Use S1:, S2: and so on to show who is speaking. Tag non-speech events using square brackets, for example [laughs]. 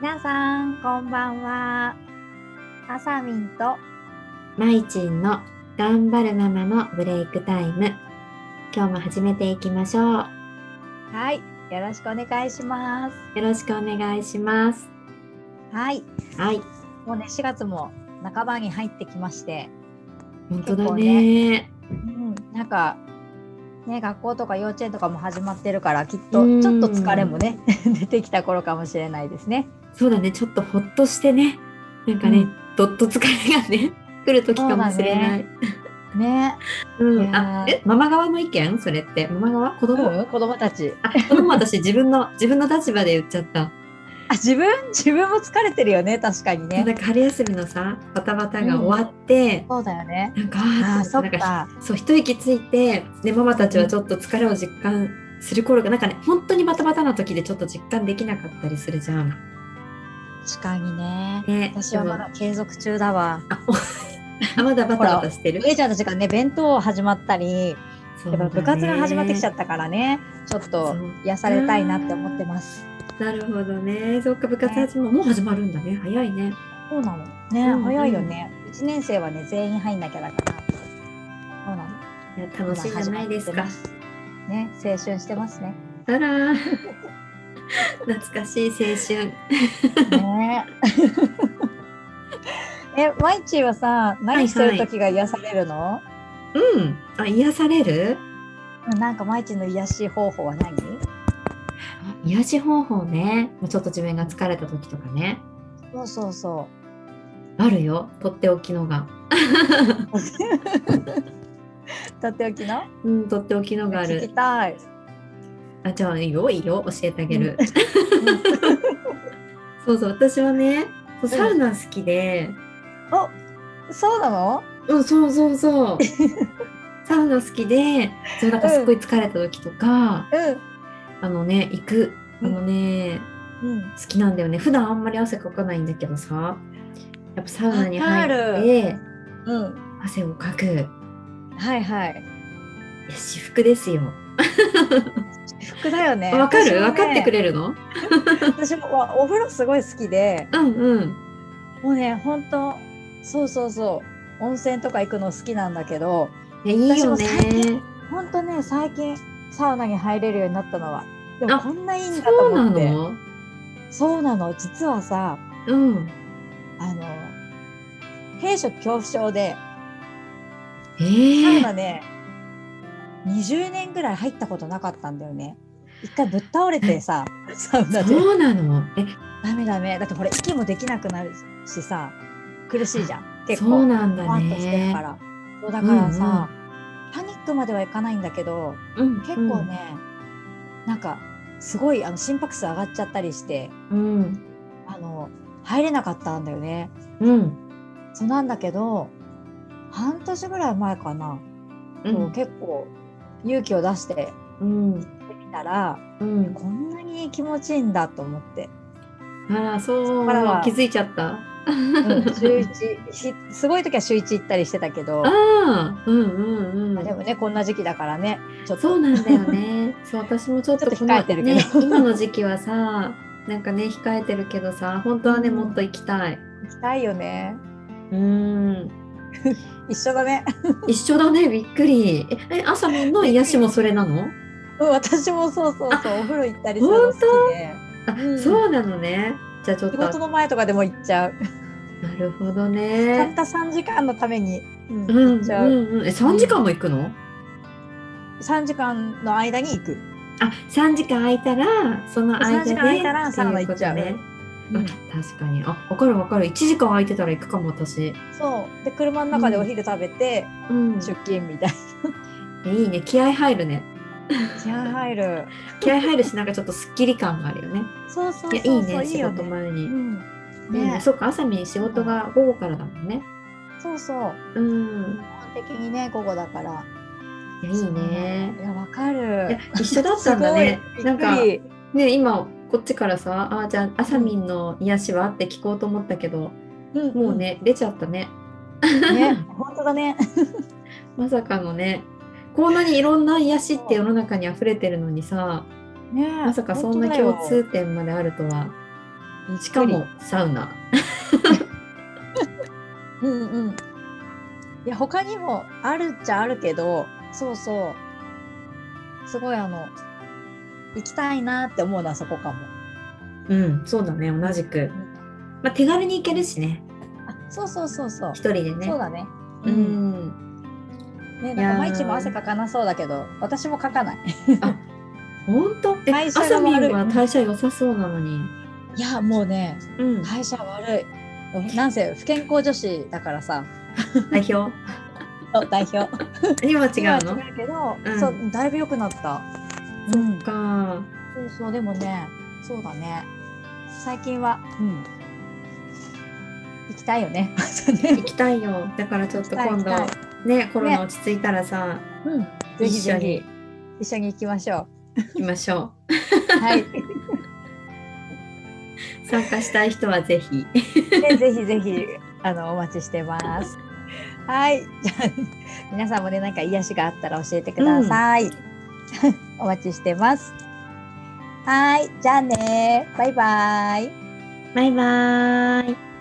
S1: 皆さんこんばんはあさみんと
S2: まいちんの頑張るママのブレイクタイム。今日も始めていきましょう。
S1: はいよろしくお願いします
S2: よろしくお願いします。
S1: はい
S2: はい、
S1: もうね4月も半ばに入ってきまして、
S2: 本当だね。
S1: うん、なんかね学校とか幼稚園とかも始まってるからきっ
S2: う
S1: と
S2: ん
S1: ちょっと疲れもね [laughs] 出てきた頃かもしれないですね
S2: そうだね、ちょっとほっとしてね。なんかね、
S1: うん
S2: どっと疲れがね、 [laughs] 来る時かもしれない。
S1: ね
S2: う
S1: い
S2: ん、
S1: やー
S2: あ、え、ママ側の意見それって。ママ側子
S1: う
S2: 供、
S1: ん子供たち
S2: あ、子供私自分の、 [laughs] 自分の立場で言っちゃった。
S1: あ自分自分も疲れてるよね確かに
S2: なん
S1: ね
S2: か春休みのさ、バタバタが終わって、
S1: そうだよね
S2: なんか、
S1: あ
S2: あ
S1: ー
S2: ー
S1: そ
S2: な
S1: っ
S2: んか
S1: か
S2: そう一息ついてでママたちはちょっと疲れを実感する頃がなんかね本当にバタバタな時でちょっと実感できなかったりするじゃん。
S1: 確かにね
S2: ね、
S1: 私はまだ継続中だわ
S2: あおあまだバタバタしてる。
S1: 上ちゃんたちがね弁当始まったり
S2: そ
S1: やっ
S2: うだ
S1: ぱ
S2: ね
S1: 部活が始まってきちゃったからねちょっ
S2: そ
S1: と
S2: う
S1: 癒されたいなって思ってます
S2: なるほどね。そっか部活始まもう始まるんだね。早いね。
S1: そうなのね、
S2: うん
S1: 早いよね1年生はね全員入んなきゃだからそうなの
S2: いや楽しいじゃないです
S1: 今
S2: か。
S1: 始まってますね青春してます
S2: [laughs]
S1: ね
S2: あら
S1: [laughs]
S2: ー懐かしい青春。
S1: ね [laughs] えマイチーはさ何してる時が癒されるの、
S2: うん。あ癒される？
S1: うんなんかマイチーの癒し方法は何
S2: あ癒し方法ね。もうちょっと自分が疲れた時とかね。
S1: そうそうそう
S2: あるよ。とっておきのが。
S1: とっておきの
S2: うん、とっておきのがあ
S1: 聞き
S2: る。
S1: たい。
S2: あ、じゃあ、いいよ、いいよ、教えてあげる。そうそう、私はね、そうサウナ好きで。
S1: お、そうなの？
S2: うん、そうそうそう。 [laughs] サウナ好きで、そう、なんかすっごい疲れた時とか、あのね、行く。あのね、
S1: うん、うん。
S2: 好きなんだよね。普段あんまり汗かかないんだけどさ。やっぱサウナに
S1: わ
S2: 入
S1: か
S2: って、
S1: うん、
S2: 汗をかく。いや
S1: はいはい。
S2: 私服ですよ。
S1: 服だよね。
S2: [laughs] わか
S1: 私も
S2: る、
S1: ね
S2: わかってくれるの。
S1: 私もわお風呂すごい好きで、
S2: うん、うん。
S1: もうね本当そうそうそう温泉とか行くの好きなんだけど、
S2: いやいい
S1: 私
S2: よ
S1: も最
S2: ね。
S1: 本当ね最近サウナに入れるようになったのは。でも
S2: あ
S1: こんないいんだと
S2: そうな
S1: 思って。
S2: の。
S1: そうなの。実はさ、
S2: うん。
S1: あの閉所恐怖症でサ
S2: ええ
S1: ウナね、20年ぐらい入ったことなかったんだよね。一回ぶっ倒れてさ、サウナで。
S2: [laughs] そうなの。え、
S1: ダメダメ。だってこれ息もできなくなるしさ、苦しいじゃん。結構。
S2: そうなん
S1: ふ
S2: だ
S1: わっとしてるか
S2: ね。
S1: ら。そうだからさ、パニックまではいかないんだけど、
S2: うん、
S1: 結構ね、なんかすごいあの心拍数上がっちゃったりして、
S2: うん。
S1: あの入れなかったんだよね。
S2: うん。
S1: そうなんだけど、半年ぐらい前かな、
S2: う。
S1: こうん結構勇気を出して
S2: うん。
S1: ってみたら
S2: うん。
S1: こんなに気持ちいいんだと思
S2: [laughs]
S1: って、
S2: あら、そう。
S1: こからは
S2: 気づいちゃった。
S1: 週一ひすごい時は週一行ったりしてたけど、
S2: ああ。うんうんう
S1: まあで
S2: ん。
S1: もねこんな時期だからねちょっと
S2: そうなんだよね。 [laughs] そう、私もちょっと
S1: ちょっと
S2: この
S1: 控えてるけど
S2: ね、今の時期はさ、なんかね、控えてるけどさ、本当はね、
S1: うん
S2: もっと行きたい。
S1: 行きたいよね
S2: うん。
S1: 一緒だね [laughs]
S2: 一緒だね、びっくり。え、えあさみんの癒しもそれなの
S1: うん私もそうそうそうお風呂行ったりするの好きで
S2: あ、
S1: うん
S2: そうなのね。じゃあちょっ
S1: 仕
S2: と、
S1: 事の前とかでも行っちゃう、
S2: なるほど
S1: た
S2: ね
S1: っ。た3時間のために、うん
S2: うん
S1: 行っ
S2: う
S1: ちゃう、
S2: んうん、え3時間も行くの、
S1: 3時間の間に行く、
S2: あ3時間空いたらその間
S1: 3時
S2: で
S1: 間空いたら
S2: ってう
S1: サウナ行っちゃう
S2: ことね
S1: うん
S2: あ確かにあ分かる分かる1時間空いてたら行くかも私、
S1: そうで車の中でお昼食べて
S2: うん
S1: 出勤みたい
S2: いいね気合入るね
S1: な、気合入る
S2: 気合入るしなんかちょっとすっきり感があるよ
S1: [laughs]
S2: ね
S1: そうそう
S2: い
S1: そ
S2: や
S1: う
S2: いい
S1: そう
S2: ね仕
S1: よ
S2: 事前に、
S1: うん
S2: ね
S1: ね
S2: そうか朝に仕事が午後からだもんね
S1: そうそう
S2: うん
S1: 基本的にね午後だから
S2: いやいいね
S1: いやわか
S2: いや
S1: る
S2: 一緒だったんだね
S1: すごい
S2: なんか
S1: びっくり
S2: ね今こっちからさあじゃああさみんの癒しはって聞こうと思ったけど
S1: うん
S2: もうね、出ちゃったね
S1: うんね [laughs] 本当だね
S2: まさかのねこんなにいろんな癒しって世の中に溢れてるのにさ
S1: ね
S2: まさかそんな共通点まであるとはしかもサウナ。
S1: うんうん。いや、他にもあるっちゃあるけど、そうそう。すごいあの、行きたいなって思うのはそこかも。
S2: うん、そうだね、同じく。まあ、手軽に行けるしね、
S1: あ、そうそうそうそう。
S2: 一人でね。
S1: そうだね。
S2: う
S1: うん。
S2: ん。
S1: ね、
S2: い
S1: な
S2: や
S1: ん
S2: ー
S1: か毎日も汗かかなそうだけど、私もかかない。
S2: 本当え、
S1: 代
S2: あ
S1: 謝が
S2: さみん
S1: 悪い
S2: は代謝良さそうなのに。
S1: [laughs] いや、もうね、
S2: うん。
S1: 代謝悪い。なんせ不健康女子だから [laughs] さ、[laughs]
S2: 代表。
S1: 代表。
S2: 今は違う
S1: 今
S2: の
S1: は違うけど、
S2: うん
S1: そうだいぶ良くなった。うん。
S2: か。
S1: そうそうでもね、そうだね。最近は、うん。行きたいよね。そうね
S2: 行きたいよ。だからちょっと今度
S1: 行き、
S2: ね、コロナ落ち着いたらさ、
S1: うん。 [laughs] ぜひ
S2: 一
S1: ぜ
S2: 緒
S1: ひ
S2: に
S1: 一緒に行きましょ
S2: 行きましょ
S1: う。 [laughs] はい。
S2: う。参加したい人はぜひ。
S1: でぜひぜひあのお待ちしてます。はい。じゃあ [laughs] 皆さんもねなんか癒しがあったら教えてください。 [laughs] お待ちしてます。はい。じゃあね。バイバイ。
S2: バイバーイ。